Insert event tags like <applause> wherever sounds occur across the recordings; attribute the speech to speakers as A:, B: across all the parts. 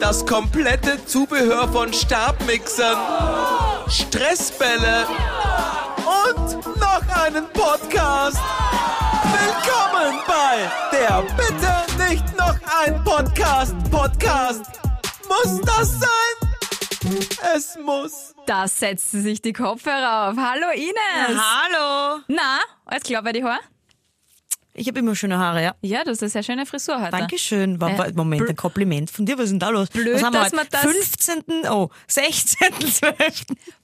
A: das komplette Zubehör von Stabmixern, Stressbälle und noch einen Podcast. Willkommen bei der Bitte nicht noch ein Podcast. Podcast. Muss das sein? Es muss.
B: Da setzt sie sich die Kopfhörer auf. Hallo Ines.
C: Hallo.
B: Na, alles klar bei dir, Haar?
C: Ich habe immer schöne Haare, ja.
B: Ja, du hast eine sehr schöne Frisur heute.
C: Dankeschön. War, war, Moment, ein Kompliment von dir. Was ist denn da los?
B: Blöd,
C: was haben wir
B: dass man
C: heute?
B: das-
C: 15. Oh, 16. 12.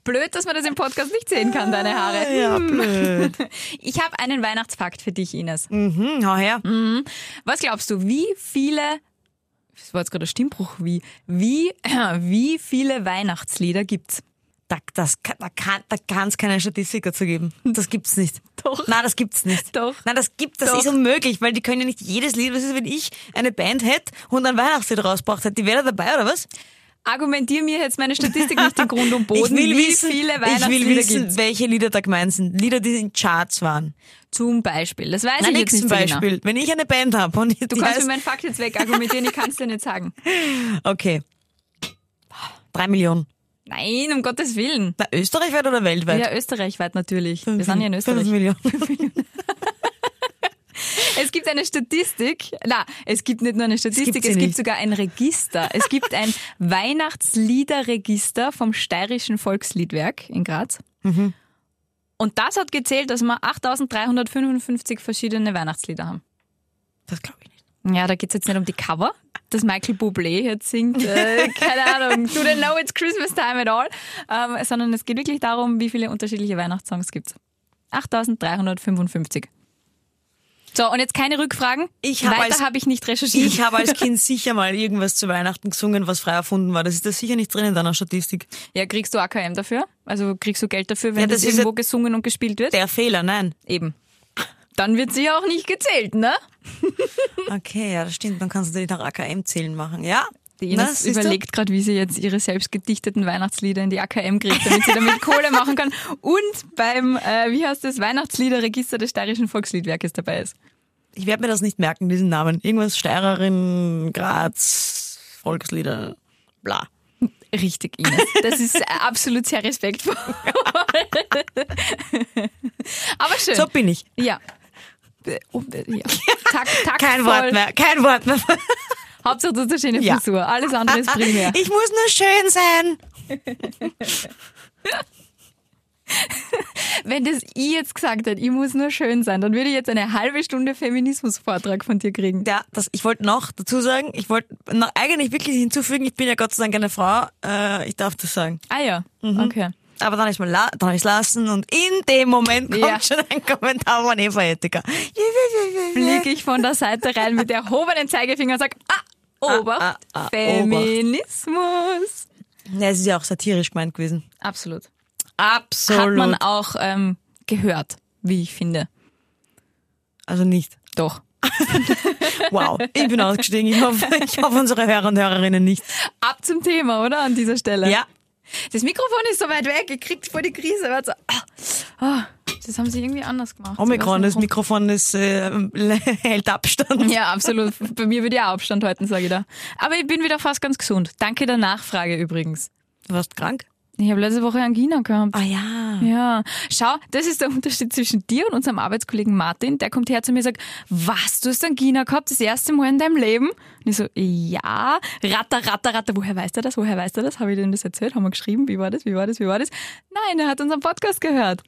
B: Blöd, dass man das im Podcast nicht sehen kann, deine <laughs> Haare. Mm.
C: Ja, blöd.
B: Ich habe einen Weihnachtsfakt für dich, Ines.
C: Hm, hau her.
B: Was glaubst du, wie viele, das war jetzt gerade ein Stimmbruch, wie, wie, <clears throat> wie viele Weihnachtslieder gibt's?
C: Da, das, kann- da kann es keine Statistik dazu geben. Das gibt's nicht.
B: Doch.
C: Nein, das gibt's nicht.
B: Doch.
C: Nein, das gibt, das
B: Doch.
C: ist unmöglich, weil die können ja nicht jedes Lied, was ist, wenn ich eine Band hätte und ein Weihnachtslied rausgebracht hätte, die wäre dabei, oder was?
B: Argumentier mir jetzt meine Statistik nicht in Grund und Boden,
C: <laughs> ich will
B: wie
C: wissen,
B: viele
C: ich will
B: Weihnachtslieder
C: wissen,
B: gibt's.
C: welche Lieder da gemeint sind. Lieder, die in Charts waren.
B: Zum Beispiel. Das weiß
C: Nein,
B: ich jetzt
C: nix
B: nicht
C: zum
B: so genau.
C: Beispiel. Wenn ich eine Band habe und die
B: Du kannst
C: heißt,
B: mir meinen Fakt jetzt wegargumentieren, ich kann's dir nicht
C: <laughs>
B: sagen.
C: Okay. Drei Millionen.
B: Nein, um Gottes Willen.
C: Na, österreichweit oder weltweit?
B: Ja, österreichweit natürlich. Wir sind ja in
C: Fünf
B: Österreich.
C: Millionen.
B: <laughs> Es gibt eine Statistik, na, es gibt nicht nur eine Statistik,
C: gibt's
B: es
C: ja
B: gibt
C: nicht.
B: sogar ein Register. Es gibt
C: <laughs>
B: ein Weihnachtsliederregister vom Steirischen Volksliedwerk in Graz.
C: Mhm.
B: Und das hat gezählt, dass wir 8355 verschiedene Weihnachtslieder haben.
C: Das glaube ich nicht.
B: Ja, da geht's jetzt nicht um die Cover, dass Michael Bublé jetzt singt,
C: <laughs>
B: äh, keine Ahnung, do they know it's Christmas time at all, ähm, sondern es geht wirklich darum, wie viele unterschiedliche Weihnachtssongs gibt's. 8.355. So, und jetzt keine Rückfragen.
C: Ich hab als-
B: Weiter habe ich nicht recherchiert.
C: Ich habe als Kind sicher mal irgendwas zu Weihnachten gesungen, was frei erfunden war. Das ist da sicher nicht drin in deiner Statistik.
B: <laughs> ja, kriegst du AKM dafür? Also kriegst du Geld dafür, wenn
C: Ja,
B: das,
C: das ist
B: irgendwo
C: ja-
B: gesungen und gespielt wird?
C: Der Fehler, nein.
B: Eben. Dann wird sie ja auch nicht gezählt, ne?
C: Okay, ja, das stimmt. Dann kannst du dich nach AKM zählen machen, ja?
B: Die
C: Na,
B: Ines
C: siehst du?
B: überlegt gerade, wie sie jetzt ihre selbst gedichteten Weihnachtslieder in die AKM kriegt, damit sie damit Kohle machen kann. Und beim, äh, wie heißt das, Weihnachtsliederregister des Steirischen Volksliedwerkes dabei ist.
C: Ich werde mir das nicht merken, diesen Namen. Irgendwas Steirerin, Graz, Volkslieder, bla.
B: Richtig, Ines. Das ist äh, absolut sehr respektvoll. <laughs> Aber schön.
C: So bin ich.
B: Ja. Äh, um, äh, <laughs> ja. Tak, taktvoll.
C: Kein Wort mehr, kein Wort mehr.
B: Hauptsache, das ist eine schöne
C: Ja.
B: Frisur. Alles andere ist <laughs> primär.
C: Ich muss nur schön sein.
B: Wenn das ich jetzt gesagt hätte, ich muss nur schön sein, dann würde ich jetzt eine halbe Stunde Feminismusvortrag von dir kriegen.
C: Ja, das, ich wollte noch dazu sagen, ich wollte noch eigentlich wirklich hinzufügen, ich bin ja Gott sei Dank eine Frau, äh, ich darf das sagen.
B: Ah ja, okay.
C: Aber dann ist mal la dann ist lassen und in dem Moment kommt
B: Ja.
C: schon ein Kommentar von Eva Ettiker.
B: fliege ich von der Seite rein mit erhobenen Zeigefinger und sage, ah, Obacht,
C: ah, ah,
B: Feminismus.
C: Ja, es ist ja auch satirisch gemeint gewesen.
B: Absolut.
C: Absolut.
B: Hat man auch ähm, gehört, wie ich finde.
C: also nicht.
B: Doch.
C: Wow, ich bin ausgestiegen. Ich hoffe, ich hoffe unsere Hörer und Hörerinnen nicht.
B: Ab zum Thema, oder? An dieser Stelle.
C: Ja,
B: Das Mikrofon ist so weit weg, ihr kriegt voll die Krise. aber so, ah, ah, das haben sie irgendwie anders gemacht.
C: Omikron,
B: Ich weiß
C: das
B: nicht
C: Mikrofon ist, äh, <laughs> hält Abstand.
B: warum. Ja, absolut. Bei mir würde ja Abstand halten, sage ich da. Aber ich bin wieder fast ganz gesund. Danke der Nachfrage übrigens.
C: Du warst krank?
B: Ich habe letzte Woche Angina gehabt.
C: Ah ja.
B: Ja, schau, das ist der Unterschied zwischen dir und unserem Arbeitskollegen Martin. Der kommt her zu mir und sagt, was, du hast Angina gehabt, das erste Mal in deinem Leben? Und ich so, ja, ratter, ratter, ratter. Woher weißt du das? Woher weißt du das? Habe ich denen das erzählt? Haben wir geschrieben? Wie war das? Wie war das? Wie war das? Nein, er hat unseren Podcast gehört.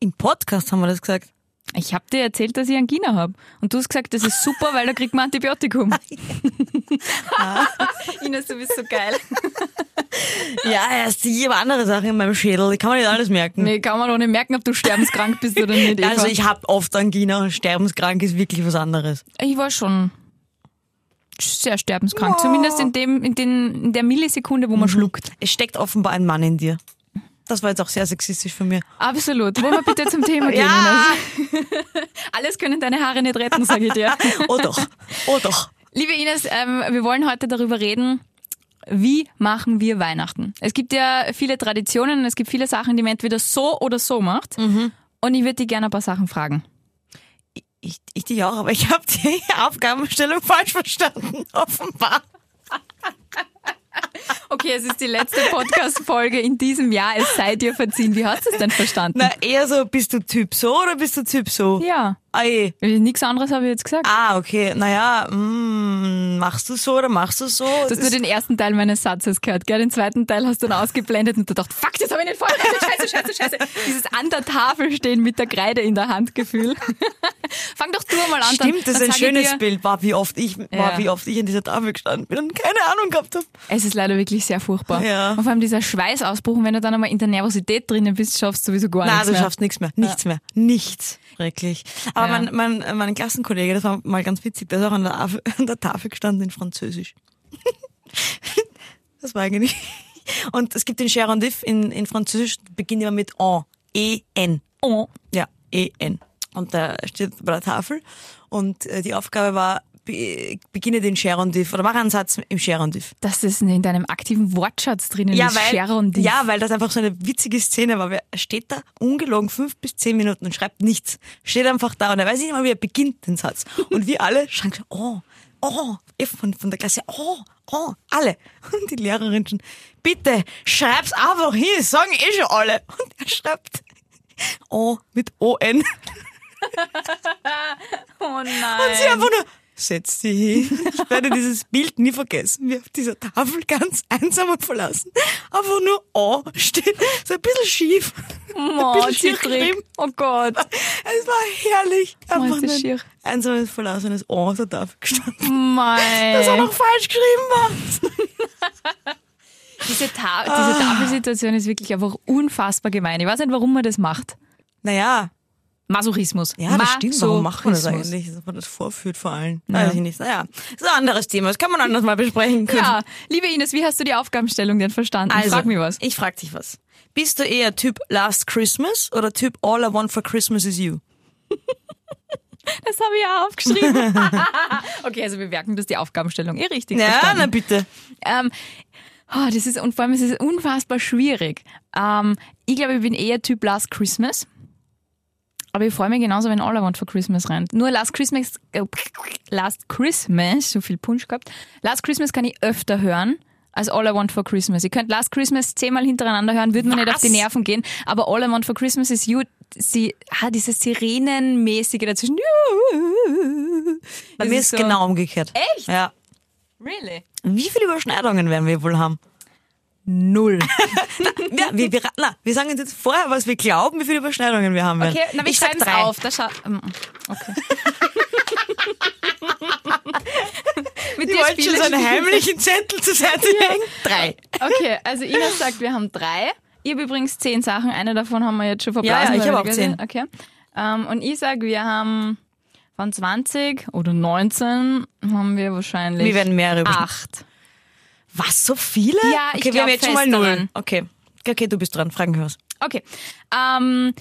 C: Im Podcast haben wir das gesagt.
B: Ich habe dir erzählt, dass ich Angina habe. Und du hast gesagt, das ist super, weil da kriegt man
C: <laughs>
B: Antibiotikum.
C: Ah.
B: Ines, du bist so geil.
C: Ja, ja, es sind aber andere Sachen in meinem Schädel. Ich kann mir nicht alles merken.
B: Nee, kann man doch nicht merken, ob du sterbenskrank bist oder nicht. Eva.
C: Also ich habe oft Angina und sterbenskrank ist wirklich was anderes.
B: Ich war schon sehr sterbenskrank. Zumindest in, dem, in, den, in der Millisekunde, wo man schluckt.
C: Es steckt offenbar ein Mann in dir. Das war jetzt auch sehr sexistisch von mir.
B: Absolut. Wollen wir bitte zum <laughs> Thema gehen?
C: Ja.
B: Ines? Alles können deine Haare nicht retten, sage ich dir.
C: Oh doch, oh doch.
B: <laughs> Liebe Ines, ähm, wir wollen heute darüber reden, wie machen wir Weihnachten? Es gibt ja viele Traditionen und es gibt viele Sachen, die man entweder so oder so macht. Und ich würde dich gerne ein paar Sachen fragen.
C: Ich, ich <laughs> dich auch, aber ich habe die Aufgabenstellung falsch verstanden, offenbar.
B: Okay, es ist die letzte Podcast-Folge in diesem Jahr. Es sei dir verziehen. Wie hast du es denn verstanden?
C: Na, eher so, bist du Typ so oder bist du Typ so?
B: Ja.
C: Ah, eh.
B: Nichts anderes habe ich jetzt gesagt.
C: Ah, okay. Naja, mm, machst du so oder machst du so?
B: Du hast nur den ersten Teil meines Satzes gehört, gell? Den zweiten Teil hast du dann ausgeblendet und du dachtest, fuck, das habe ich nicht vorbereitet, scheiße, scheiße, scheiße. Dieses an der Tafel stehen mit der Kreide in der Hand Gefühl. <laughs> Fang doch du mal an. dann-
C: Stimmt, das ist
B: dann
C: ein
B: sag ich
C: schönes
B: dir,
C: Bild. War wie oft ich, war
B: Ja.
C: wie oft ich an dieser Tafel gestanden bin und keine Ahnung gehabt habe.
B: Es ist leider wirklich sehr furchtbar.
C: Ja.
B: Und vor allem dieser Schweißausbruch, und wenn du dann einmal in der Nervosität drinnen bist, schaffst du sowieso gar
C: Na,
B: nichts
C: du
B: mehr.
C: schaffst nichts also mehr. Nichts mehr. Nichts. Schrecklich. Aber
B: Ja.
C: mein, mein, mein Klassenkollege, das war mal ganz witzig, der ist auch an der, Af- <laughs> an der Tafel gestanden in Französisch. <laughs> das war eigentlich. Und es gibt den Gerondif in, in Französisch, beginnt immer mit en. E-N.
B: Oh.
C: Ja, E-N. Und da steht bei der Tafel. Und äh, die Aufgabe war, be beginne den Gerondif oder mache einen Satz im Gerondif.
B: Dass das in deinem aktiven Wortschatz drinnen
C: Ja
B: ist.
C: weil,
B: Sharon, die-
C: ja, weil das einfach so eine witzige Szene war. Er steht da ungelogen fünf bis zehn Minuten und schreibt nichts. Steht einfach da und er weiß nicht mal, wie er beginnt den Satz. Und wir alle schauen so, oh, oh, eh von, von der Klasse, oh, oh, alle. Und die Lehrerin schon, bitte, schreib's einfach hin, das sagen eh schon alle. Und er schreibt, oh, mit O-N. <laughs>
B: Oh nein.
C: Und sie einfach nur, setz dich hin. Ich werde dieses Bild nie vergessen, wie auf dieser Tafel ganz einsam und verlassen einfach nur A steht, so ein bisschen schief.
B: oh,
C: bisschen schier
B: zittrig.
C: geschrieben.
B: oh Gott.
C: Es war herrlich.
B: Meinst
C: Einfach
B: du
C: nur
B: schier?
C: ein einsames, verlassenes A auf der Tafel gestanden.
B: Mei.
C: Das auch noch falsch geschrieben war.
B: Diese, Ta
C: Ah.
B: diese Tafelsituation ist wirklich einfach unfassbar gemein. Ich weiß nicht, warum man das macht.
C: Naja,
B: Masochismus.
C: ja, das stimmt. Warum macht man das
B: Masochismus.
C: eigentlich? Dass man das vorführt vor allem. Weiß ich nicht. Naja, das ist ein anderes Thema. Das kann man anders mal besprechen können. Also,
B: Ja, liebe Ines, wie hast du die Aufgabenstellung denn verstanden? Frag mich was.
C: Ich frag dich was. Bist du eher Typ Last Christmas oder Typ All I Want for Christmas is You?
B: Das habe ich ja aufgeschrieben. <laughs> okay, also wir merken, dass die Aufgabenstellung eh richtig
C: Ja, na
B: verstanden.
C: bitte.
B: Ähm, oh, das ist, und vor allem ist es unfassbar schwierig. Ähm, ich glaube, ich bin eher Typ Last Christmas. Aber ich freue mich genauso, wenn All I Want for Christmas rennt. Nur Last Christmas, äh, Last Christmas, so viel Punsch gehabt. Last Christmas kann ich öfter hören als All I Want for Christmas. Ich könnte Last Christmas zehnmal hintereinander hören, würde mir nicht auf die Nerven gehen. Aber All I Want for Christmas is You, sie, ah, dieses Sirenenmäßige dazwischen.
C: Bei mir ist es genau umgekehrt.
B: Echt?
C: Ja.
B: Really?
C: Wie viele Überschneidungen werden wir wohl haben? <laughs>
B: Null.
C: Ja, wir, wir, na, wir sagen uns jetzt vorher, was wir glauben, wie viele Überschneidungen wir haben werden.
B: Okay, na, wir
C: sag
B: schreiben es
C: drei.
B: auf. Das scha Mm,
C: <laughs>
B: okay. Mit
C: Ich
B: dir
C: wollte schon
B: spiele
C: so einen
B: ich.
C: heimlichen Zettel zur Seite legen. Drei.
B: <laughs> Okay, also Ines sagt, wir haben drei. Ich habe übrigens zehn Sachen. Eine davon haben wir jetzt schon verblasen.
C: Ja, ja, ich
B: weil
C: habe
B: wir
C: auch
B: die- Okay. Ähm, und ich sage, wir haben von 20 oder 19 haben wir wahrscheinlich
C: Wir werden mehrere Überschneidungen.
B: acht.
C: Was, so viele?
B: Ja, ich
C: Okay, wir
B: glaub
C: haben jetzt schon mal
B: fest
C: null.
B: daran.
C: Okay. Okay, du bist dran. Fragen wir was.
B: Okay. Ähm,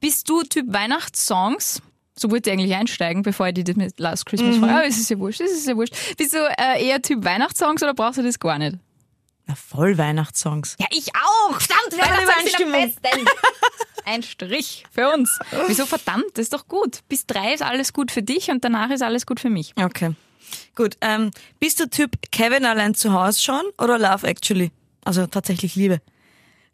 B: bist du Typ Weihnachtssongs? So wollte ich eigentlich einsteigen, bevor ich dir das mit Last Christmas frage. Aber es ist ja wurscht, es ist ja wurscht. Bist du äh, eher Typ Weihnachtssongs oder brauchst du das gar nicht?
C: Na, voll Weihnachtssongs.
B: Ja, ich auch. Verdammt, wir
C: haben
B: besten. <laughs> Ein Strich für uns. Wieso verdammt? Das ist doch gut. Bis drei ist alles gut für dich und danach ist alles gut für mich.
C: Okay. Gut, ähm, bist du Typ Kevin allein zu Hause schon oder Love Actually? Also tatsächlich Liebe.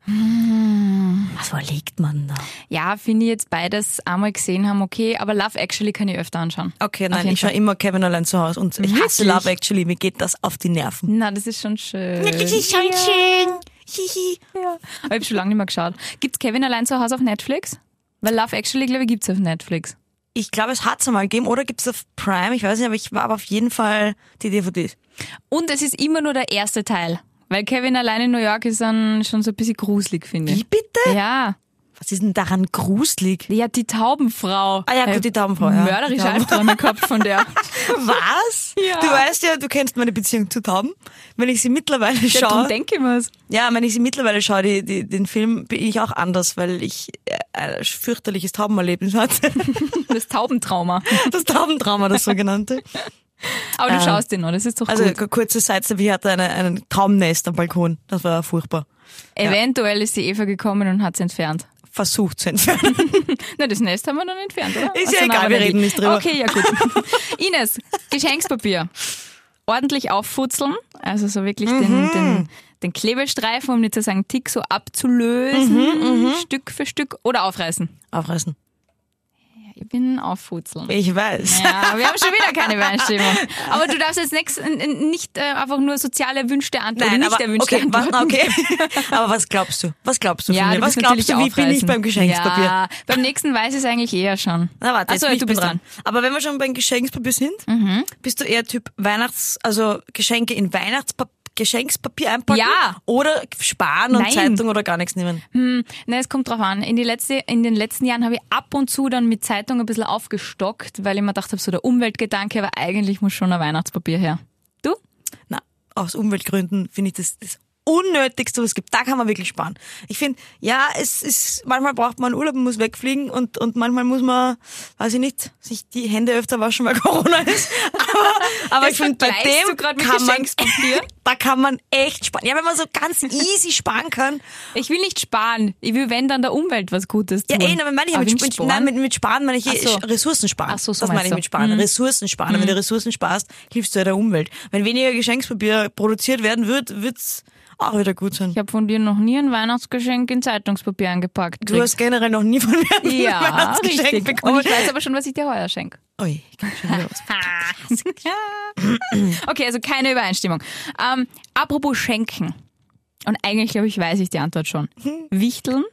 B: Hm.
C: Was überlegt man da?
B: Ja, finde ich jetzt beides einmal gesehen haben, okay. Aber Love Actually kann ich öfter anschauen.
C: Okay,
B: Auf
C: nein,
B: jeden
C: ich schaue
B: Fall.
C: immer Kevin allein zu Hause und ich hasse
B: Wirklich?
C: Love Actually, mir geht das auf die Nerven.
B: Na, das ist schon schön.
C: schon schön. Hihi.
B: Aber ich habe schon lange nicht mehr geschaut. Gibt's Kevin allein zu Hause auf Netflix? Weil Love Actually, glaube ich, gibt's auf Netflix.
C: Ich glaube, es hat es einmal gegeben oder gibt es auf Prime, ich weiß nicht, aber ich war aber auf jeden Fall die DVDs.
B: Und es ist immer nur der erste Teil. Weil Kevin allein in New York ist dann schon so ein bisschen gruselig, finde
C: Wie
B: ich.
C: bitte?
B: Ja.
C: Was ist denn daran
B: <laughs>
C: gruselig?
B: Ja, die Taubenfrau.
C: Ah ja, gut,
B: Äh,
C: die Taubenfrau, ja. Die
B: Mörderische
C: Tauben-
B: Albträume gehabt von
C: <laughs>
B: der.
C: Was?
B: Ja.
C: Du weißt ja, du kennst meine Beziehung zu Tauben. Wenn ich sie mittlerweile
B: Ja, darum
C: schaue,
B: denke ich mir's.
C: ja, wenn ich sie mittlerweile schaue, die, die, den Film, bin ich auch anders, weil ich äh, ein fürchterliches
B: <laughs>
C: Taubenerlebnis hatte.
B: Das Taubentrauma.
C: Das Taubentrauma, das sogenannte.
B: Aber du
C: Ähm,
B: schaust den noch, das ist doch
C: Also
B: gut.
C: kurze Sidestep, ich hatte eine, ein Traumnest am Balkon. Das war furchtbar.
B: Eventuell ist die Eva gekommen und hat's entfernt.
C: Versucht zu entfernen.
B: Na, das Nest haben wir dann entfernt, oder? Also,
C: Ist ja
B: nein,
C: egal,
B: aber
C: wir
B: nicht.
C: <laughs> reden nicht drüber.
B: Okay, ja gut. Ines, Geschenkspapier. Ordentlich auffutzeln Also so wirklich
C: Mhm.
B: den, den, den Klebestreifen, um nicht zu sagen Tick, so
C: Mhm,
B: abzulösen, Stück für Stück oder <laughs> aufreißen.
C: Aufreißen.
B: Ich bin auffutzeln.
C: Ich weiß.
B: Ja, wir haben schon wieder keine Übereinstimmung. Aber du darfst jetzt nix, n- n- nicht äh, einfach nur sozial erwünschte Antworten, nicht
C: aber,
B: erwünschte
C: okay,
B: Antworten. <laughs>
C: wa- okay. aber was glaubst du? Was glaubst du
B: Ja,
C: von
B: du
C: mir? Was
B: bist natürlich
C: glaubst du, wie bin ich
B: aufreißen.
C: beim Geschenkspapier?
B: Ja, beim nächsten weiß ich es eigentlich eher schon.
C: Na warte, jetzt
B: Achso,
C: bin ich
B: du bist dran. Mhm.
C: Aber wenn wir schon beim Geschenkspapier sind, bist du eher Typ Weihnachts, also Geschenke in Weihnachtspapier, Geschenkspapier einpacken
B: Ja.
C: oder sparen und
B: Nein.
C: Zeitung oder gar nichts nehmen.
B: Na, es kommt drauf an. In, die letzte, in den letzten Jahren habe ich ab und zu dann mit Zeitung ein bisschen aufgestockt, weil ich mir gedacht habe, so der Umweltgedanke, aber eigentlich muss schon ein Weihnachtspapier her. Du?
C: Na, aus Umweltgründen finde ich das das Unnötigste, was es gibt. Da kann man wirklich sparen. Ich finde, ja, es ist, manchmal braucht man Urlaub und muss wegfliegen und, und manchmal muss man, weiß ich nicht, sich die Hände öfter waschen, weil <laughs> Corona ist. Aber, aber
B: Das
C: ich finde, bei
B: vergleichst
C: dem
B: du grad mit
C: kann man,
B: Geschenkspapier?
C: <laughs> da kann man echt sparen. Ja, wenn man so
B: <laughs>
C: ganz easy sparen kann,
B: Ich will nicht sparen. Ich will, wenn, dann der Umwelt was Gutes
C: Ja,
B: tun.
C: eh, damit meine ich ja
B: Aber
C: mit,
B: nicht
C: mit,
B: sparen.
C: nein, mit, mit Sparen meine ich eh
B: Ach so.
C: Ressourcen sparen.
B: Ach so, so
C: das meine
B: meinst
C: ich
B: du. Mhm.
C: mit Sparen. Ressourcen sparen. Und Wenn du Ressourcen sparst, hilfst du ja der Umwelt. Wenn weniger Geschenkspapier produziert werden wird, wird's auch wieder gut sein.
B: Ich habe von dir noch nie ein Weihnachtsgeschenk in Zeitungspapier angepackt.
C: Du hast generell noch nie von mir <laughs> ein
B: ja,
C: Weihnachtsgeschenk
B: richtig.
C: bekommen.
B: Und ich weiß aber schon, was ich dir heuer schenke.
C: Ui, ich kann schon wieder was.
B: okay, also keine Übereinstimmung. Ähm, apropos Schenken. Und eigentlich, glaube ich, weiß ich die Antwort
C: <laughs>
B: schon. Wichteln,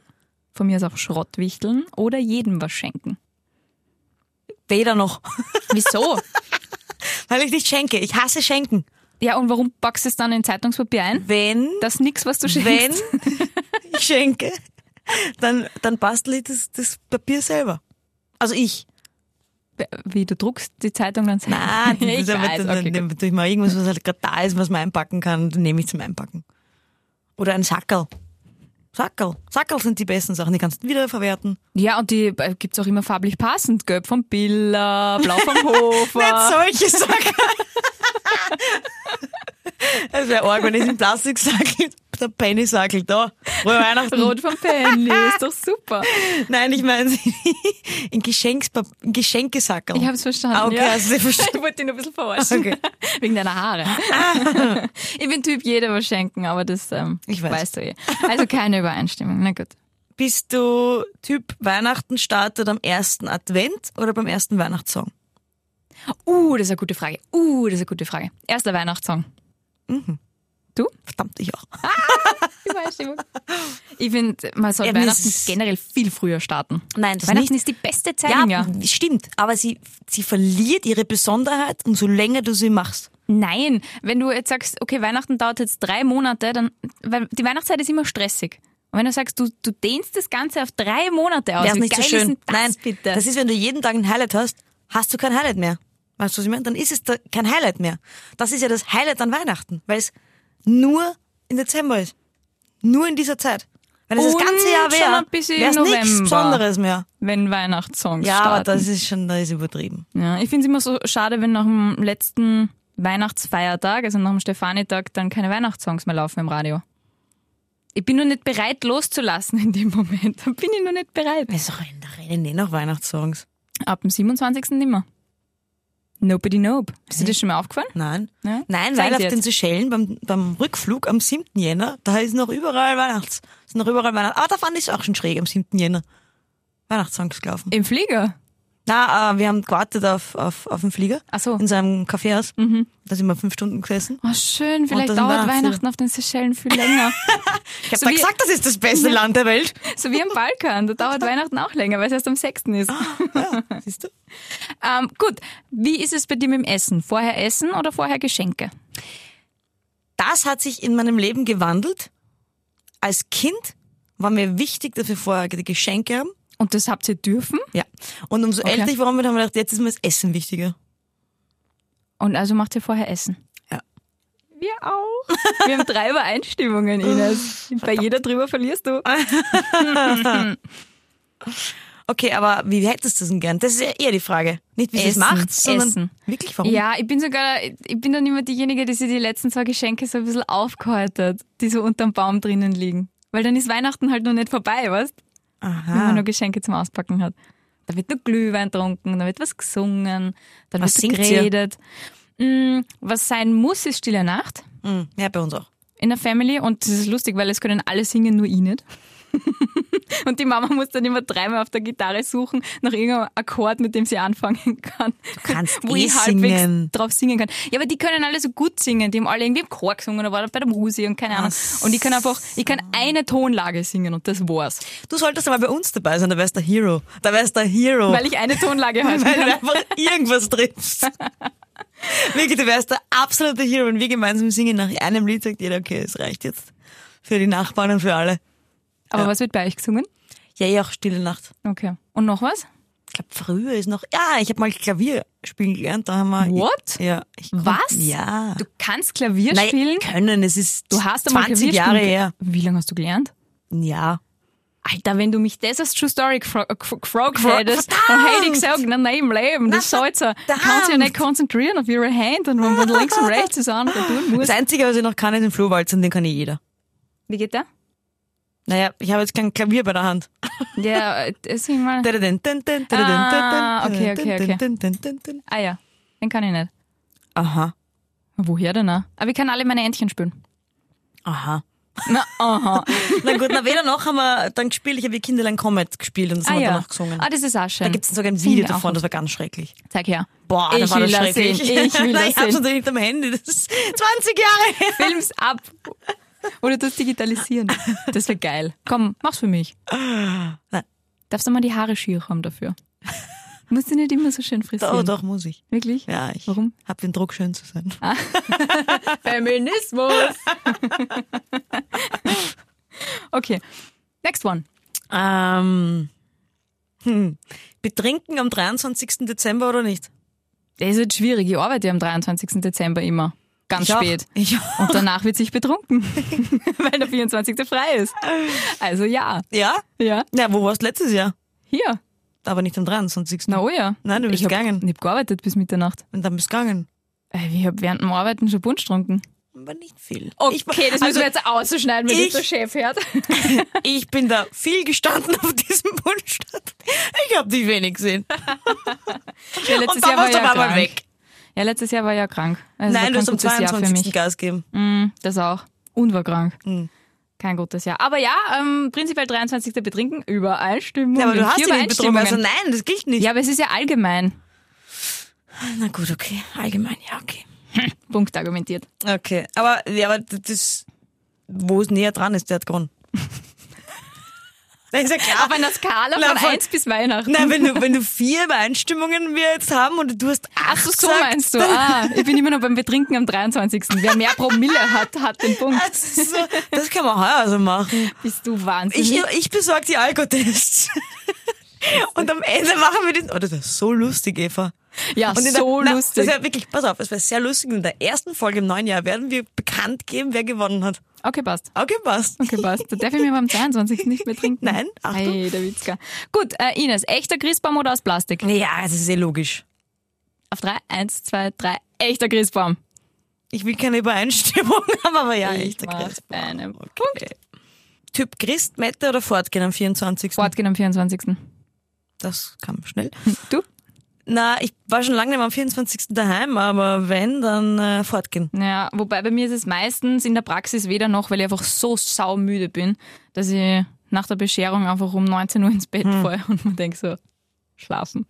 B: von mir ist auch Schrottwichteln oder jedem was schenken.
C: Weder noch,
B: Wieso?
C: weil ich nicht schenke. Ich hasse Schenken.
B: ja, und warum packst du es dann in Zeitungspapier ein?
C: Wenn,
B: Das ist nix, was du
C: wenn
B: schenkst.
C: ich schenke, dann, dann bastel ich das, das Papier selber. Also ich.
B: Wie, du druckst die Zeitung dann selber?
C: Ah,
B: <laughs>
C: das
B: ich
C: ist aber
B: weiß.
C: dann,
B: Okay,
C: dann
B: gut.
C: tue ich mal irgendwas, was halt gerade da ist, was man einpacken kann, dann nehme ich zum Einpacken. Oder ein Sackerl. Sackerl. Sackerl sind die besten Sachen, die kannst du wiederverwerten.
B: Ja, und die äh, gibt's auch immer farblich passend. Gelb vom Biller, blau <laughs> vom Hofer.
C: solche <laughs> Sackerl. Es wäre arg, wenn ich den Plastiksackel, der Penny-Sackel, da, frohe Weihnachten.
B: Rot vom Penny, ist doch super.
C: Nein, ich meine, <laughs> ein Geschenkspap- ein Geschenkesackerl.
B: Ich habe es verstanden.
C: Ah, okay,
B: ja.
C: hast du
B: <laughs>
C: verstanden.
B: Ich wollte dich nur ein bisschen verarschen.
C: Okay.
B: Wegen deiner Haare. <laughs> ich bin Typ jeder was schenken, aber das ähm,
C: Ich weiß.
B: weißt du eh. Also keine Übereinstimmung. Na gut.
C: Bist du Typ Weihnachten startet am ersten Advent oder beim ersten Weihnachtssong?
B: Uh, das ist eine gute Frage. Uh, das ist eine gute Frage. Erster Weihnachtssong.
C: Verdammt, ich auch.
B: Übereinstimmung. <laughs> Ich finde, man sollte
C: Ja, mir
B: Weihnachten
C: ist-
B: generell viel früher starten.
C: Nein, das
B: Weihnachten
C: nicht.
B: ist die beste Zeit
C: Ja,
B: im Jahr.
C: stimmt. Aber sie, sie verliert ihre Besonderheit, umso länger du sie machst.
B: Nein, wenn du jetzt sagst, okay, Weihnachten dauert jetzt drei Monate, dann, weil die Weihnachtszeit ist immer stressig. Und wenn du sagst, du, du dehnst das Ganze auf drei Monate aus,
C: Wär's
B: wie
C: nicht so
B: geil ist
C: schön.
B: denn das
C: Nein,
B: bitte.
C: das ist, wenn du jeden Tag ein Highlight hast, hast du kein Highlight mehr. Weißt du, was ich meine? Dann ist es da kein Highlight mehr. Das ist ja das Highlight an Weihnachten, weil es nur im Dezember ist. Nur in dieser Zeit. Wenn es das
B: Und
C: ganze Jahr
B: schon ein bisschen
C: wäre, wäre es nichts
B: November.
C: Besonderes mehr.
B: wenn Weihnachtssongs
C: Ja,
B: starten.
C: aber das ist schon, da ist übertrieben.
B: ja, ich finde es immer so schade, wenn nach dem letzten Weihnachtsfeiertag, also nach dem Stefanitag, dann keine Weihnachtssongs mehr laufen im Radio. Ich bin nur nicht bereit, loszulassen in dem Moment. <laughs> Da bin ich nur nicht bereit.
C: Wieso rennen da rennen eh noch Weihnachtssongs?
B: Ab dem 27. nimmer. Nobody Nope. Ist dir das schon mal aufgefallen?
C: Nein.
B: Ja?
C: Nein,
B: Zeig
C: weil auf
B: sie
C: den
B: Ne? jetzt.
C: Seychellen beim, beim Rückflug am 7. Jänner, da ist noch überall Weihnachts. Ist noch überall Weihnachts. Aber da fand ich es auch schon schräg am 7. Jänner. Weihnachtssongs gelaufen.
B: Im Flieger.
C: Na, äh, wir haben gewartet auf, auf, auf den Flieger.
B: Ach so.
C: In seinem Kaffeehaus.
B: Mhm.
C: Da sind wir fünf Stunden gesessen.
B: Oh, schön. Vielleicht
C: dann
B: dauert
C: Weihnachten.
B: Weihnachten auf den Seychellen viel länger.
C: Ich hab
B: So
C: da
B: wie-
C: gesagt, das ist
B: <laughs>
C: das beste Land der Welt.
B: so wie am Balkan. Da dauert Weihnachten auch länger, weil es erst am 6. ist.
C: Siehst du?
B: Ähm, gut. Wie ist es bei dir mit dem Essen? Vorher Essen oder vorher Geschenke?
C: Das hat sich in meinem Leben gewandelt. Als Kind war mir wichtig, dass wir vorher die Geschenke haben.
B: Und das habt ihr dürfen?
C: Ja. Und umso
B: Okay.
C: älter ich war, haben wir gedacht, jetzt ist mir das Essen wichtiger.
B: Und also macht ihr vorher Essen?
C: Ja.
B: Wir auch. Wir haben drei Übereinstimmungen, Ines. Bei jeder drüber verlierst du.
C: Okay, aber wie hättest du es denn gern? Das ist ja eher die Frage. Nicht, wie sie es
B: Essen,
C: macht, sondern
B: Essen.
C: wirklich, warum?
B: Ja, ich bin sogar, ich bin dann immer diejenige, die sich die letzten zwei Geschenke so ein bisschen aufgehäutet, die so unterm Baum drinnen liegen. Weil dann ist Weihnachten halt noch nicht vorbei, weißt? wenn man
C: Aha.
B: nur Geschenke zum Auspacken hat. Da wird nur Glühwein getrunken, da wird was gesungen, dann
C: Was
B: wird
C: singt ihr?
B: geredet. Mm, was sein muss, ist Stille Nacht.
C: Mhm. Ja, bei uns auch.
B: in der Family und das ist lustig, weil es können alle singen, nur ich nicht. <laughs> Und die Mama muss dann immer dreimal auf der Gitarre suchen nach irgendeinem Akkord, mit dem sie anfangen kann. Du <laughs>
C: kannst
B: Wo
C: eh
B: ich halbwegs
C: singen.
B: drauf singen kann. Ja, aber die können alle so gut singen. Die haben alle irgendwie im Chor gesungen oder waren bei der Musi und keine Ahnung. Und ich kann einfach, ich kann eine Tonlage singen und das war's.
C: Du solltest aber bei uns dabei sein, da wärst der Hero. Da wärst der Hero.
B: Weil ich eine Tonlage halt.
C: Oh. <laughs> weil
B: <laughs>
C: du einfach irgendwas triffst. Wirklich, du wärst der absolute Hero. Wenn wir gemeinsam singen, nach einem Lied sagt jeder, okay, es reicht jetzt. Für die Nachbarn und für alle.
B: Aber was wird bei euch gesungen?
C: Ja, ja, auch Stille Nacht.
B: Okay. Und noch was?
C: Ich glaube, früher ist noch... Ja, ich habe mal Klavier spielen gelernt. Da haben wir...
B: What?
C: Ja. Ich kon-
B: Was?
C: Ja.
B: Du kannst Klavier spielen?
C: können. Es ist
B: Du hast einmal
C: 20
B: Klavier
C: Jahre
B: spielen.
C: her.
B: Wie lange hast du gelernt?
C: Ja.
B: Alter, wenn du mich das als True Story gefro- gef- gefragt hättest, dann
C: verdammt!
B: hätte ich gesagt, nein, nein, im Leben, das
C: Na,
B: soll's ja. Kannst ja nicht konzentrieren auf ihre Hand und wenn man links und rechts ist an, was du tun
C: Das
B: musst.
C: Einzige, was ich noch kann, ist den Flohwalzen. Den kann eh jeder.
B: Wie geht der?
C: Naja, ich habe jetzt kein Klavier bei der Hand.
B: Ja, äh, das ich mal. Ah,
C: Ah,
B: okay, okay,
C: okay.
B: Ah ja, den kann ich nicht.
C: Aha,
B: Woher denn auch? Aber ich kann alle meine Entchen spielen.
C: aha.
B: Na, <laughs> aha.
C: Na gut, na weder noch haben wir dann gespielt. Ich habe die Kinderlein Comet gespielt und das
B: Ah
C: haben wir
B: ja.
C: dann auch gesungen.
B: Ah, das ist auch schön.
C: da gibt es sogar ein
B: Finde
C: Video
B: ich auch
C: davon,
B: gut.
C: das war ganz schrecklich.
B: Zeig her.
C: Boah,
B: ich
C: das war
B: will
C: das schrecklich.
B: Sehen. Ich will
C: <laughs> Nein,
B: das
C: ich hab's
B: sehen.
C: natürlich hinterm Handy. Das ist 20 Jahre her.
B: Film's ab. Oder das digitalisieren. Das wäre geil. Komm, mach's für mich.
C: Nein.
B: Darfst du mal die Haare schier haben dafür? Musst du nicht immer so schön frisieren.
C: Oh, doch, muss ich.
B: Wirklich?
C: Ja, ich
B: Hm. Warum?
C: hab den Druck, schön zu sein.
B: Feminismus! <laughs> okay. Next one.
C: Ähm, hm. Betrinken am 23. Dezember oder nicht?
B: Das wird schwierig. Ich arbeite am 23. Dezember immer. Ganz
C: Ich auch.
B: spät.
C: Ich auch.
B: Und danach wird sich betrunken, <laughs> weil der 24. frei ist. Also ja.
C: Ja?
B: Ja.
C: Na, wo warst du letztes Jahr?
B: Hier.
C: Aber nicht am 23.
B: Na oh ja.
C: Nein, du bist
B: ich hab,
C: gegangen.
B: Ich hab gearbeitet bis Mitternacht.
C: Und dann bist du gegangen.
B: Ey, Ich hab während dem Arbeiten schon Punsch getrunken.
C: Aber nicht viel.
B: Okay,
C: ich,
B: das müssen
C: also,
B: wir jetzt ausschneiden, wenn
C: ich-
B: das der Chef hört.
C: ich bin da viel gestanden <laughs> auf diesem Bundesstaat. Ich habe dich wenig gesehen.
B: Ja, letztes
C: <laughs> Und dann warst du
B: ja
C: aber
B: krank.
C: weg.
B: Ja, letztes Jahr war ich ja krank. Also war
C: Nein, du
B: kein
C: hast am
B: gutes Jahr für
C: 22.
B: mich.
C: Gas gegeben.
B: Mm, das auch. Und war krank.
C: Mhm.
B: Kein gutes Jahr. Aber ja, ähm, prinzipiell 23. betrinken, Übereinstimmung.
C: Ja, aber du hast
B: Vier
C: dich nicht betrunken. Also
B: Übereinstimmungen.
C: nein, das gilt nicht.
B: ja, aber es ist ja allgemein.
C: Na gut, okay. Allgemein, ja, okay.
B: Punkt argumentiert.
C: Okay, aber, ja, aber das, wo es näher dran ist, der hat gewonnen. Das ist ja klar.
B: Auf einer Skala
C: Ah, Na,
B: von
C: voll.
B: 1 bis Weihnachten.
C: Nein, wenn du, wenn du vier Übereinstimmungen wir jetzt haben und du hast
B: Ach
C: acht
B: so, so
C: gesagt,
B: meinst du. Ah, ich bin immer noch beim Betrinken am 23. Wer mehr Promille hat, hat den Punkt.
C: Das, ist so, das kann man heuer so machen.
B: Bist du
C: Ich,
B: wahnsinnig.
C: ich besorge
B: <laughs>
C: die Alkotests. Und am Ende machen wir den. Oh, das wäre so lustig, Eva.
B: ja,
C: Und in
B: so
C: der, Na, das
B: lustig.
C: wäre wirklich, pass auf, es wäre sehr lustig. In der ersten Folge im neuen Jahr werden wir bekannt geben, wer gewonnen hat.
B: Okay, passt.
C: Okay, passt.
B: Okay, passt. Da darf ich mir beim 23. nicht mehr trinken.
C: Nein, Achtung.
B: Hey, der Witzka. Gut, äh, Ines, echter Christbaum oder aus Plastik?
C: Ja, das ist eh logisch.
B: Auf drei, eins, zwei, drei. Echter Christbaum.
C: Ich will keine Übereinstimmung <laughs> haben, aber ja,
B: Ich
C: echter
B: mach
C: Christ.
B: einen
C: Punkt. Typ Christ, Mette oder fortgehen am 24.
B: Fortgehen am 24.
C: Das kam schnell.
B: Du?
C: Na, ich war schon lange nicht mehr am 24. daheim, aber wenn, dann äh, fortgehen.
B: Ja, wobei bei mir ist es meistens in der Praxis weder noch, weil ich einfach so saumüde bin, dass ich nach der Bescherung einfach um 19 Uhr ins Bett falle und man denkt so, schlafen.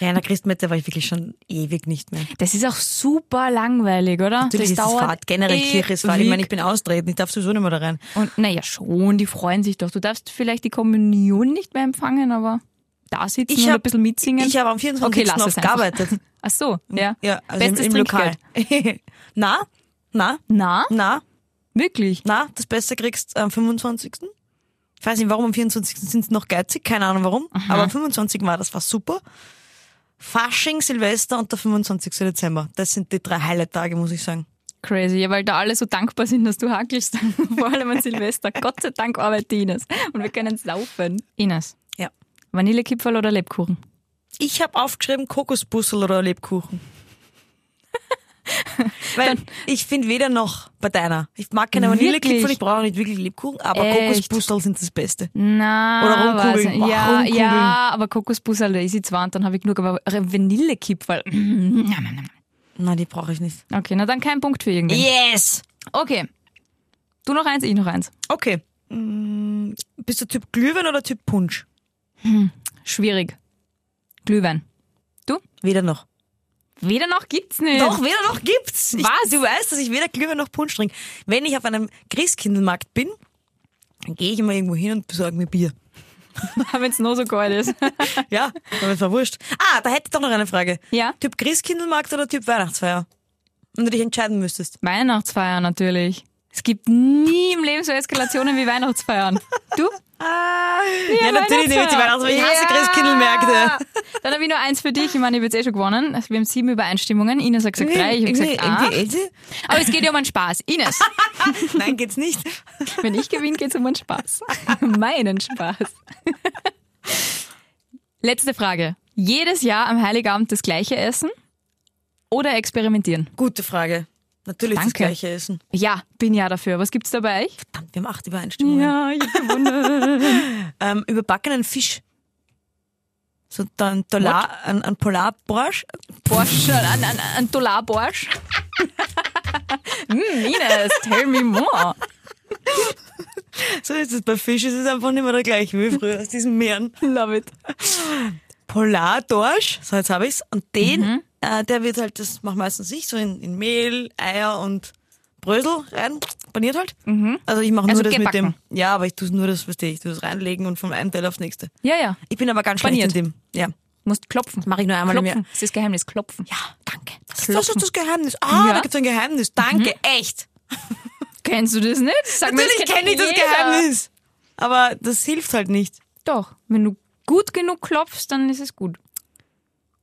C: Ja, in der Christmette war ich wirklich schon ewig nicht mehr.
B: Das ist auch super langweilig, oder?
C: Natürlich ist
B: das
C: es Fahrt, generell Kirche ist Fahrt. Ich
B: ewig.
C: meine, ich bin austreten, ich darf sowieso nicht mehr da rein.
B: Und naja, schon, die freuen sich doch. Du darfst vielleicht die Kommunion nicht mehr empfangen, aber da sitzen und
C: hab-
B: ein bisschen mitsingen.
C: Ich habe am 24.
B: Okay, lass
C: oft
B: es einfach.
C: gearbeitet.
B: Ach so, ja.
C: Ja, also
B: Bestes
C: im, im Lokal.
B: Trinkgeld.
C: <laughs> na, na,
B: Na,
C: na,
B: wirklich?
C: na, das Beste kriegst am 25. Ich weiß nicht, warum am 24. sind sie noch geizig, keine Ahnung warum, aber am 25. war das, war super. Fasching, Silvester und der 25. Dezember. Das sind die drei Highlight-Tage, muss ich sagen.
B: Crazy, ja, weil da alle so dankbar sind, dass du hackelst. <laughs> Vor allem an <laughs> Silvester. Gott sei Dank arbeitet die Ines. Und wir können saufen. Ines,
C: Ja.
B: Vanillekipferl oder Lebkuchen?
C: Ich habe aufgeschrieben Kokosbussel
B: <laughs>
C: oder Lebkuchen. Weil ich finde weder noch bei deiner. Ich mag keine Vanillekipferl,
B: Wirklich?
C: ich brauche auch nicht wirklich Lebkuchen, aber
B: Echt?
C: Kokosbussel sind das Beste.
B: Na,
C: Oder rumkugeln.
B: weiß ich-
C: Boah,
B: Ja,
C: rumkugeln.
B: ja, aber Kokosbussal, da ist ich zwar und dann habe ich genug, aber Vanillekipferl.
C: Nein, die brauche ich nicht.
B: Okay, na dann kein Punkt für irgendwen.
C: Yes!
B: Eh, Okay. Du noch eins, ich noch eins.
C: Okay. Mm, Bist du Typ Glühwein oder Typ Punsch?
B: Schwierig. Glühwein.
C: Weder noch.
B: Weder noch gibt's nicht.
C: Doch,
B: <laughs>
C: weder noch gibt's. Ich,
B: Was?
C: du weißt, dass ich weder Glühwein noch Punsch trinke. Wenn ich auf einem Christkindlmarkt bin, dann gehe ich immer irgendwo hin und besorge mir Bier.
B: wenn's nur so geil <laughs> ist.
C: Ja, aber es war wurscht. Ah, da hätte ich doch noch eine Frage.
B: Ja.
C: Typ Christkindlmarkt oder Typ Weihnachtsfeier? Wenn du dich entscheiden müsstest.
B: Weihnachtsfeier natürlich. Es gibt nie im Leben so Eskalationen wie <laughs> Weihnachtsfeiern. Du?
C: Ja, natürlich nehme ich die Weihnachtsfeier. also, Ich hasse Christkindlmärkte.
B: <laughs> Dann habe ich nur eins für dich. Ich meine, ich habe jetzt eh schon gewonnen. Wir haben sieben Übereinstimmungen. Ines hat gesagt drei, ich habe gesagt acht.
C: irgendwie,
B: Aber es geht ja um einen Spaß. Ines,
C: <laughs> irgendwie. Nein, geht's nicht.
B: wenn ich gewinne, geht es um einen Spaß. <laughs> Meinen Spaß. <laughs> Letzte Frage. Jedes Jahr am Heiligabend das gleiche essen oder experimentieren?
C: Gute Frage. Natürlich das
B: Danke.
C: gleiche Essen.
B: Ja, bin ja dafür. Was gibt's da bei euch?
C: Verdammt, wir haben acht Übereinstimmungen.
B: ich habe gewonnen.
C: Ähm, überbackenen Fisch. So dann Dollar, ein, ein Polarborsch.
B: <laughs> Borscht, ein, ein, ein Dollarborsch. <laughs> mm, Ines, tell me more.
C: So ist es bei Fisch, es ist einfach nicht mehr der gleiche wie früher aus diesen Meeren.
B: Love it.
C: Polardorsch, so jetzt habe ich's. Und den, äh, der wird halt, das macht meistens ich, so in, in Mehl, Eier und Brösel rein, paniert halt. Also ich mache nur
B: Also
C: das mit dem.
B: gebacken.
C: Ja, aber ich tue nur das, verstehe ich, tue das reinlegen und vom einen Teil aufs nächste.
B: Ja, ja.
C: Ich bin aber ganz schlecht
B: Paniert.
C: in dem. Ja.
B: Du musst klopfen.
C: Mach ich nur einmal im
B: klopfen.
C: Jahr.
B: Das ist das Geheimnis. Klopfen. Ja, danke.
C: Das ist das Geheimnis. Ah,
B: Ja.
C: da gibt's ein Geheimnis. Danke, echt.
B: Kennst du das nicht? Sag mir, das
C: Natürlich
B: kennt
C: kenne ich das
B: jeder.
C: Geheimnis. Aber das hilft halt nicht.
B: Doch, wenn du gut genug klopfst, dann ist es gut.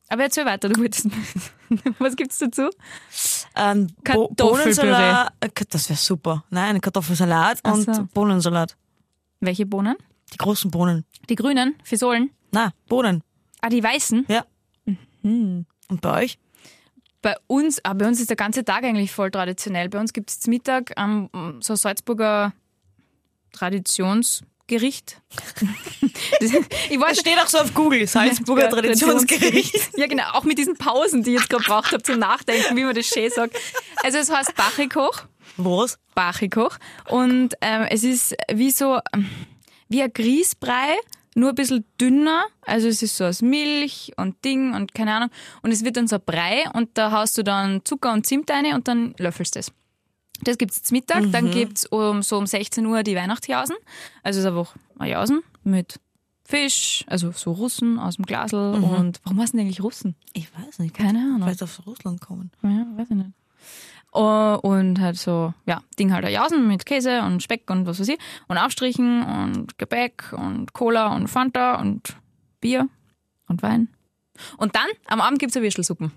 B: Aber erzähl weiter, du wolltest. <laughs> Was gibt's dazu?
C: Ähm, Bo-
B: Kartoffelpüree.
C: Bohnensalat. äh, Ka- Das wäre super. Nein, Kartoffelsalat
B: Ach
C: und
B: so.
C: Bohnensalat.
B: Welche Bohnen?
C: Die großen Bohnen.
B: Die grünen, Fisolen.
C: Na, Bohnen.
B: Ah, die weißen.
C: Ja. Und bei euch?
B: Bei uns, ah, bei uns ist der ganze Tag eigentlich voll traditionell. Bei uns gibt es Mittag ähm, so Salzburger Traditionsgericht. <laughs> Das, ich
C: Das
B: weiß
C: steht auch so
B: <laughs>
C: auf Google. <laughs> Salzburger
B: Ja,
C: Traditionsgericht.
B: Ja, genau. Auch mit diesen Pausen, die ich jetzt gerade gebraucht habe zum Nachdenken, wie man das schön sagt. Also es heißt Bachikoch.
C: Was?
B: Bachikoch. Und ähm, es ist wie so, ähm, wie ein Grießbrei, nur ein bisschen dünner. Also es ist so aus Milch und Ding und keine Ahnung. Und es wird dann so ein Brei und da haust du dann Zucker und Zimt rein und dann löffelst es. Das gibt's zum Mittag. Dann gibt's um, so um 16 Uhr die Weihnachtsjausen. Also es ist einfach ein Jausen mit Fisch, also so Russen aus dem Glasl. Und warum heißen die eigentlich Russen?
C: Ich weiß nicht.
B: Keine Ahnung.
C: Vielleicht aus Russland kommen.
B: Ja, weiß ich nicht. Oh, und halt so, ja, Ding halt Jausen mit Käse und Speck und was weiß ich. Und Aufstrichen und Gebäck und Cola und Fanta und Bier und Wein. Und dann am Abend gibt's ja Würstelsuppen.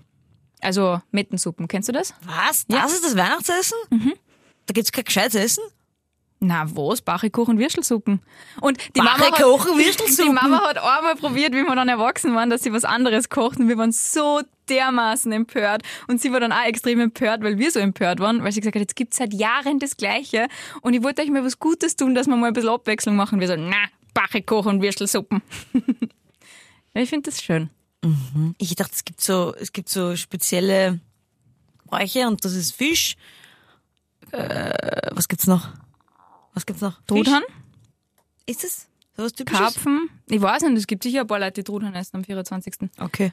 B: Also Mettensuppen, kennst du das?
C: Was? Das ist das Weihnachtsessen? Mhm. Da gibt's kein gescheites Essen?
B: Na, was? Bachekuchen, Würstelsuppen. Und die Mama hat,
C: Bachekuchen, Würstelsuppen.
B: Die Mama hat auch mal probiert, wie wir dann erwachsen waren, dass sie was anderes kocht und wir waren so dermaßen empört. Und sie war dann auch extrem empört, weil wir so empört waren, weil sie gesagt hat, jetzt gibt's seit Jahren das Gleiche und ich wollte euch mal was Gutes tun, dass wir mal ein bisschen Abwechslung machen. Wir so, na, Bachekuchen, Würstelsuppen. <laughs> ich finde das schön.
C: Ich dachte, es gibt so, es gibt so spezielle Bräuche und das ist Fisch. Äh, was gibt's noch? Was gibt's noch? Fisch?
B: Trudhan,
C: Ist es? Sowas typisches?
B: Karpfen. Ich weiß nicht, es gibt sicher ein paar Leute, die Trudhan essen am 24.
C: Okay.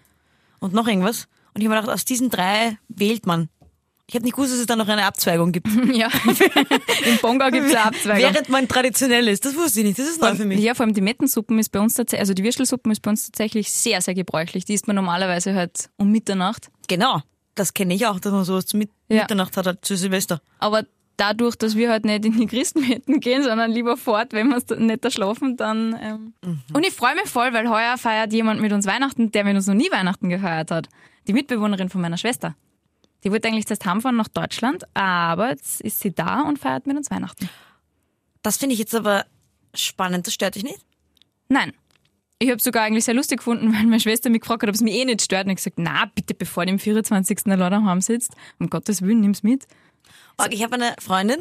C: Und noch irgendwas? Und ich habe mir gedacht, aus diesen drei wählt man. Ich habe nicht gewusst, dass es da noch eine
B: <laughs>
C: Abzweigung gibt.
B: <laughs> ja. Im Bonga gibt's eine Abzweigung.
C: Während man traditionell ist. Das wusste ich nicht. Das ist neu für mich.
B: Ja, vor allem die Mettensuppen ist bei uns tatsächlich, also die Würstelsuppen ist bei uns tatsächlich sehr, sehr gebräuchlich. Die isst man normalerweise halt um Mitternacht.
C: Genau. Das kenne ich auch, dass man sowas zu Mit
B: Ja.
C: Mitternacht hat, halt zu Silvester.
B: Aber dadurch, dass wir halt nicht in die Christenmetten gehen, sondern lieber fort, wenn wir es nicht erschlafen, dann. Ähm.
C: Mhm.
B: Und ich freue mich voll, weil heuer feiert jemand mit uns Weihnachten, der mit uns noch nie Weihnachten gefeiert hat. Die Mitbewohnerin von meiner Schwester. Die wollte eigentlich zuerst heimfahren nach Deutschland, aber jetzt ist sie da und feiert mit uns Weihnachten.
C: Das finde ich jetzt aber spannend. Das stört dich nicht?
B: Nein. Ich habe sogar eigentlich sehr lustig gefunden, <laughs> weil meine Schwester mich gefragt hat, ob es mich eh nicht stört. Und ich gesagt, na bitte, bevor du am 24. allein daheim sitzt, um Gottes Willen, nimm's mit.
C: Org, Ich habe eine Freundin,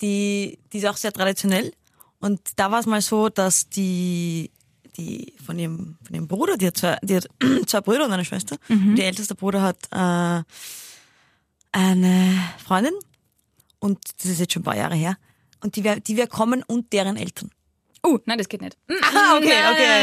C: die, die ist auch sehr traditionell. Und da war es mal so, dass die, die von ihrem, von ihrem Bruder, die hat zwei, die hat <clears throat> zwei Brüder und eine Schwester.
B: Mhm.
C: Und der älteste Bruder hat äh, eine Freundin. Und das ist jetzt schon ein paar Jahre her. Und die, wär- die wir kommen und deren Eltern.
B: Uh, nein, das geht nicht.
C: Ah, okay, okay.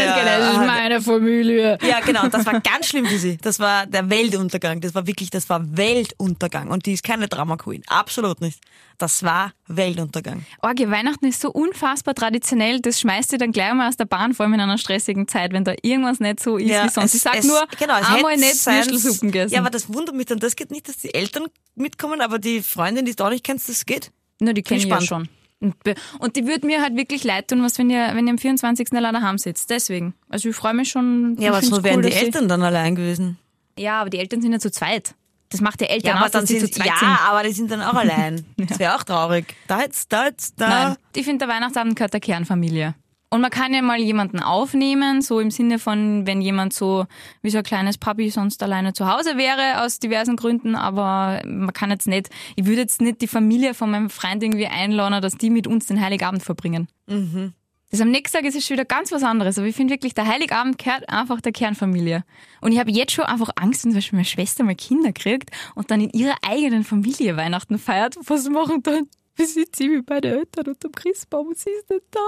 B: das, geht nicht. das ist
C: ja.
B: meine Familie.
C: Ja, genau. Das war ganz schlimm für sie. Das war der Weltuntergang. Das war wirklich, das war Weltuntergang. Und die ist keine Drama Queen. Absolut nicht. Das war Weltuntergang.
B: Orge, Weihnachten ist so unfassbar traditionell, das schmeißt dir dann gleich mal aus der Bahn, vor allem in einer stressigen Zeit, wenn da irgendwas nicht so ist
C: Ja,
B: wie sonst.
C: es-
B: ich sag
C: es-
B: nur,
C: genau, es
B: einmal
C: hätte
B: nicht
C: sein-
B: Würstelsuppen gegessen.
C: Ja, aber das wundert mich dann. Das geht nicht, dass die Eltern mitkommen, aber die Freundin, die du auch nicht kennst, das geht.
B: Na, die kenne ich ja
C: spannend.
B: schon. Und be- Und die würde mir halt wirklich leid tun, was wenn ihr, wenn ihr am 24. allein daheim sitzt. Deswegen. Also ich freue mich schon. ich
C: Ja, aber
B: find's
C: so wären
B: cool,
C: die
B: dass sie-
C: Eltern dann allein gewesen.
B: Ja, aber die Eltern sind ja zu zweit. Das macht der Eltern aus, dass sie zu zweit
C: ja,
B: sind.
C: aber die sind dann auch
B: <laughs>
C: allein. Das wäre auch traurig. Da jetzt, da jetzt, da.
B: Nein, ich finde, Äh, der Weihnachtsabend gehört der Kernfamilie. Und man kann ja mal jemanden aufnehmen, so im Sinne von, wenn jemand so wie so ein kleines Papi sonst alleine zu Hause wäre, aus diversen Gründen, aber man kann jetzt nicht, ich würde jetzt nicht die Familie von meinem Freund irgendwie einladen, dass die mit uns den Heiligabend verbringen. Das am nächsten Tag ist es schon wieder ganz was anderes, aber ich finde wirklich, der Heiligabend gehört einfach der Kernfamilie. Und ich habe jetzt schon einfach Angst, wenn zum Beispiel meine Schwester mal Kinder kriegt und dann in ihrer eigenen Familie Weihnachten feiert. Was machen dann? Wir sitzen wie bei den Eltern unterm Christbaum und sie ist nicht da.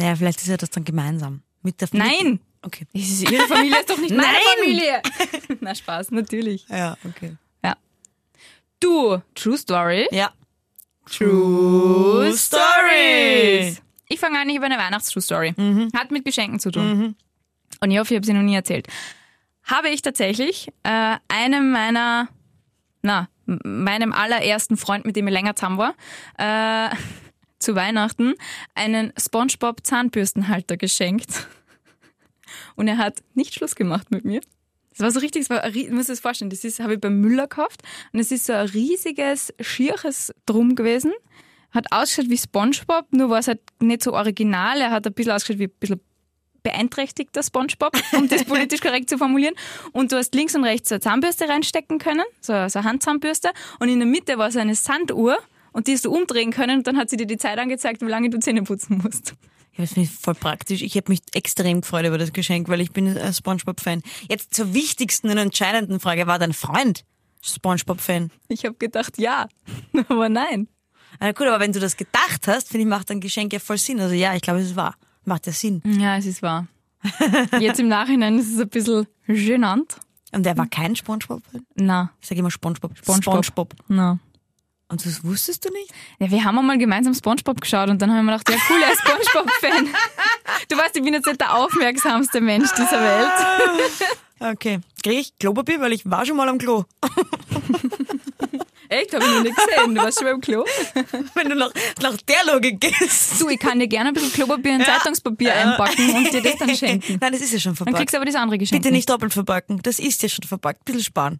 C: Naja, vielleicht ist ja das dann gemeinsam. Mit der Familie.
B: Nein!
C: Okay.
B: Es ist ihre Familie ist doch nicht meine
C: Nein!
B: Familie! <laughs> Na Spaß, natürlich.
C: Ja, okay.
B: Du, True Story.
C: Ja.
B: True
C: Story.
B: Ich fange an, ich habe eine Weihnachts-True Story. Hat mit Geschenken zu tun. Und ich hoffe, ich habe sie noch nie erzählt. Habe ich tatsächlich äh, einem meiner, na, m- meinem allerersten Freund, mit dem ich länger zusammen war, äh, <laughs> zu Weihnachten einen SpongeBob Zahnbürstenhalter geschenkt. Und er hat nicht Schluss gemacht mit mir. Das war so richtig, das war, ein rie- ich muss das vorstellen, das ist, habe ich beim Müller gekauft und es ist so ein riesiges, schieres Drum gewesen. Hat ausgeschaut wie Spongebob, nur war es halt nicht so original. Er hat ein bisschen ausgeschaut wie ein bisschen beeinträchtigter <laughs> Spongebob, um das politisch korrekt zu formulieren. Und du hast links und rechts so eine Zahnbürste reinstecken können, so, so eine Handzahnbürste. Und in der Mitte war so eine Sanduhr und die hast du umdrehen können und dann hat sie dir die Zeit angezeigt, wie lange du Zähne putzen musst. <laughs>
C: Ja, das finde ich voll praktisch. Ich habe mich extrem gefreut über das Geschenk, weil ich bin ein Spongebob-Fan. Jetzt zur wichtigsten und entscheidenden Frage. War dein Freund Spongebob-Fan?
B: Ich habe gedacht, ja, <laughs> aber nein.
C: Na gut, aber wenn du das gedacht hast, finde ich, macht ein Geschenk ja voll Sinn. Also ja, ich glaube, es ist wahr. Macht ja Sinn.
B: Ja, es ist <laughs> wahr. Jetzt im Nachhinein ist es ein bisschen gênant.
C: Und er war kein Spongebob-Fan?
B: Na,
C: Ich sage immer Spongebob.
B: Spongebob. na.
C: Und das wusstest du nicht?
B: Ja, wir haben einmal gemeinsam Spongebob geschaut und dann haben wir gedacht, ja cool, er ist Spongebob-Fan. Du weißt, ich bin jetzt nicht der aufmerksamste Mensch dieser Welt.
C: Okay. Kriege ich Klopapier, weil ich war schon mal am Klo. <laughs>
B: Echt, habe ich noch nicht gesehen. Du warst schon beim Klo.
C: Wenn du nach, nach der Logik gehst.
B: Du, ich kann dir gerne ein bisschen Klopapier und Zeitungspapier einpacken und dir das dann schenken.
C: Nein, das ist ja schon
B: Dann
C: verpackt.
B: kriegst du aber das andere Geschenk.
C: Bitte nicht doppelt verpacken. Das ist ja schon verpackt. Bisschen sparen.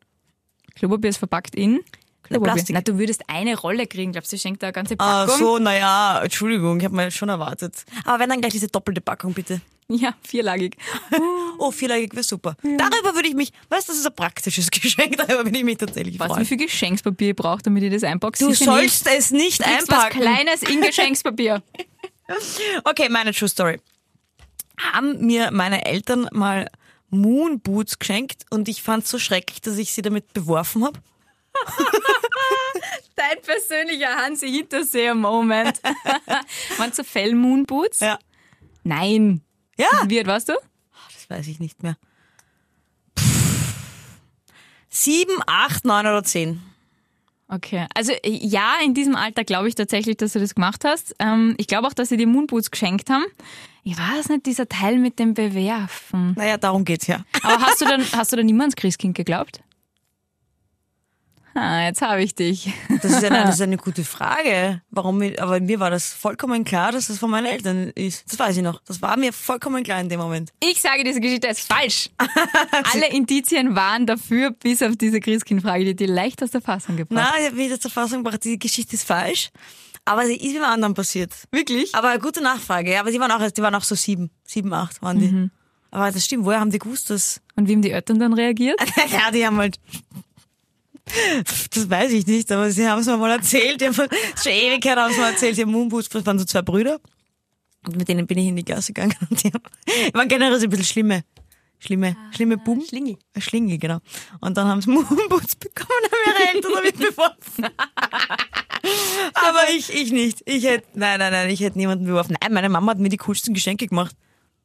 B: Klopapier ist verpackt in Klopapier.
C: Plastik.
B: Na, du würdest eine Rolle kriegen. Glaubst du, ich schenke da eine ganze
C: Ah,
B: Packung?
C: so, naja, Entschuldigung, ich habe mir schon erwartet. Aber wenn dann gleich diese doppelte Packung, bitte.
B: Ja, vierlagig.
C: Oh, vierlagig wäre super. Darüber würde ich mich, weißt du, das ist ein praktisches <laughs> Geschenk, darüber würde ich mich tatsächlich
B: Weißt du, wie
C: freuen.
B: viel Geschenkspapier ich brauche, damit ich das einpacke?
C: Du
B: Sicher
C: sollst es nicht
B: nicht. Kriegst was
C: einpacken.
B: Kleines in Geschenkspapier.
C: Okay, meine True Story. Haben mir meine Eltern mal Moon Boots geschenkt und ich fand es so schrecklich, dass ich sie damit beworfen habe.
B: Dein persönlicher Hansi <laughs> Hinterseher-Moment. Waren so Fell Moon Boots?
C: Ja.
B: Nein.
C: Ja,
B: Wie alt warst du?
C: das weiß ich nicht mehr. Pff. Sieben, acht, neun oder zehn.
B: Okay. Also äh, ja, in diesem Alter glaube ich tatsächlich, dass du das gemacht hast. Ähm, ich glaube auch, dass sie dir Moonboots geschenkt haben. Ich weiß nicht, dieser Teil mit dem Bewerfen.
C: Naja, darum geht's ja.
B: Aber hast du <laughs> dann, hast du dann niemals Christkind geglaubt? Ah, jetzt habe ich dich.
C: Das ist, eine, das ist eine gute Frage. Warum? ich- Aber mir war das vollkommen klar, dass das von meinen Eltern ist. Das weiß ich noch. Das war mir vollkommen klar in dem Moment.
B: Ich sage, diese Geschichte ist <laughs> falsch. Alle Indizien waren dafür, bis auf diese Christkindfrage, die dir leicht aus der Fassung gebracht.
C: Na, ich habe mich jetzt zur Fassung gebracht, die Geschichte ist falsch. Aber sie ist mit einem anderen passiert.
B: Wirklich?
C: Aber eine gute Nachfrage. Ja, aber die waren auch, die waren auch so sieben, sieben, acht waren die. Aber das stimmt, woher haben die gewusst, dass...
B: Und wie haben die Eltern dann reagiert?
C: <laughs> ja, die haben halt... Das weiß ich nicht, aber sie haben es mir mal erzählt. Die haben schon ewig her haben sie mir erzählt. Die haben Moonboots, das waren so zwei Brüder. Und mit denen bin ich in die Klasse gegangen. <laughs> Und die haben, waren generell so ein bisschen schlimme, schlimme, schlimme Buben. Äh,
B: Schlingel.
C: <laughs> Schlingel, genau. Und dann haben sie Moonboots bekommen, haben ihre Eltern damit beworfen. Aber ich, ich nicht. Ich hätte, nein, nein, nein, ich hätte niemanden beworfen. Nein, meine Mama hat mir die coolsten Geschenke gemacht.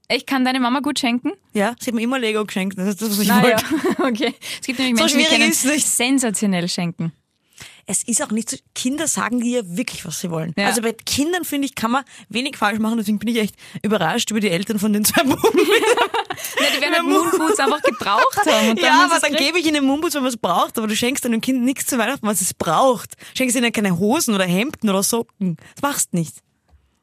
B: Äh, Ich kann deine Mama gut
C: <laughs>
B: schenken.
C: Ja, sie hat mir immer Lego geschenkt. Das ist das, was ich
B: Ah, ja.
C: wollte.
B: <laughs> okay. Es gibt nämlich
C: So
B: Menschen, die
C: schwierig
B: können
C: ist's nicht.
B: sensationell schenken.
C: Es ist auch nicht so, Kinder sagen dir wirklich, was sie wollen.
B: Ja.
C: Also bei Kindern, finde ich, kann man wenig falsch machen. Deswegen bin ich echt überrascht über die Eltern von den zwei Buben.
B: <laughs> Ja, die
C: <laughs>
B: werden halt Moonfoods einfach gebraucht haben. Und dann
C: ja,
B: ist
C: aber
B: es
C: dann
B: gekriegt.
C: gebe ich ihnen Mumbus, wenn man es braucht. Aber du schenkst deinem Kind nichts zu Weihnachten, was es braucht. Schenkst ihnen keine Hosen oder Hemden oder Socken. Das machst nicht.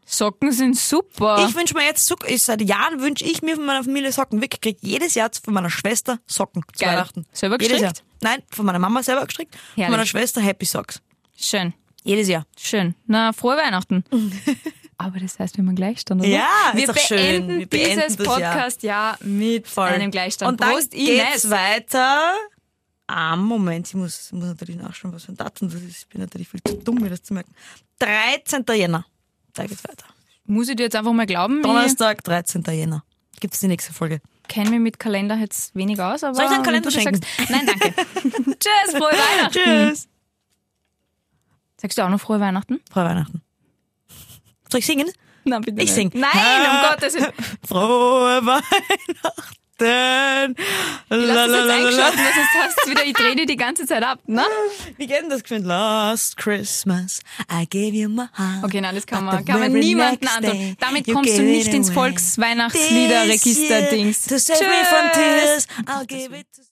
B: Socken sind super.
C: Ich wünsche mir jetzt Socken. Ich, seit Jahren wünsche ich mir von meiner Familie Socken. Wirklich, krieg jedes Jahr von meiner Schwester Socken zu
B: Geil.
C: Weihnachten.
B: Selber
C: Jedes Jahr.
B: gestrickt?
C: Nein, von meiner Mama selber gestrickt.
B: Herrlich.
C: Von meiner Schwester Happy Socks.
B: schön,
C: Jedes Jahr.
B: schön. Na, frohe
C: <laughs>
B: Weihnachten. aber das heißt, wenn man Gleichstand, oder?
C: Ja, ist
B: Mhm. wir
C: doch schön.
B: beenden
C: Wir beenden
B: dieses
C: das Jahr.
B: Podcast-Jahr mit einem Gleichstand.
C: Und dann
B: Prost,
C: geht's
B: Ines.
C: weiter. Ah, Moment, ich muss, ich muss natürlich nachschauen, was für ein Datum das ist. Ich bin natürlich viel zu dumm, mir das zu merken. 13. Jänner. Da geht's weiter.
B: Muss ich dir jetzt einfach mal glauben?
C: Donnerstag, 13. Jänner. Gibt's die nächste Folge.
B: Ich kenne mich mit Kalender jetzt wenig aus, aber.
C: Soll ich dir einen
B: wenn
C: Kalender
B: du das
C: schenken?
B: Sagst, nein,
C: <laughs>
B: danke. Tschüss, frohe Weihnachten.
C: Tschüss.
B: Sagst du auch noch frohe Weihnachten?
C: Frohe Weihnachten. Soll ich singen?
B: Nein, bitte.
C: Ich sing.
B: Nein, um
C: Ah.
B: Gottes Willen.
C: Frohe Weihnachten.
B: Lass es jetzt
C: Lalalala.
B: eingeschalten, weil sonst hast du wieder, ich drehe dir die ganze Zeit ab, ne?
C: Wie geht denn das geschwind? Last Christmas, I gave you my heart.
B: Okay, nein, das kann
C: But
B: man,
C: the
B: kann man
C: very
B: niemanden
C: next
B: antun.
C: day,
B: Damit
C: you
B: kommst du
C: gave
B: nicht
C: it
B: ins
C: away. This
B: Volksweihnachtslieder-Register-Dings.
C: year, To save me from tears, I'll give it to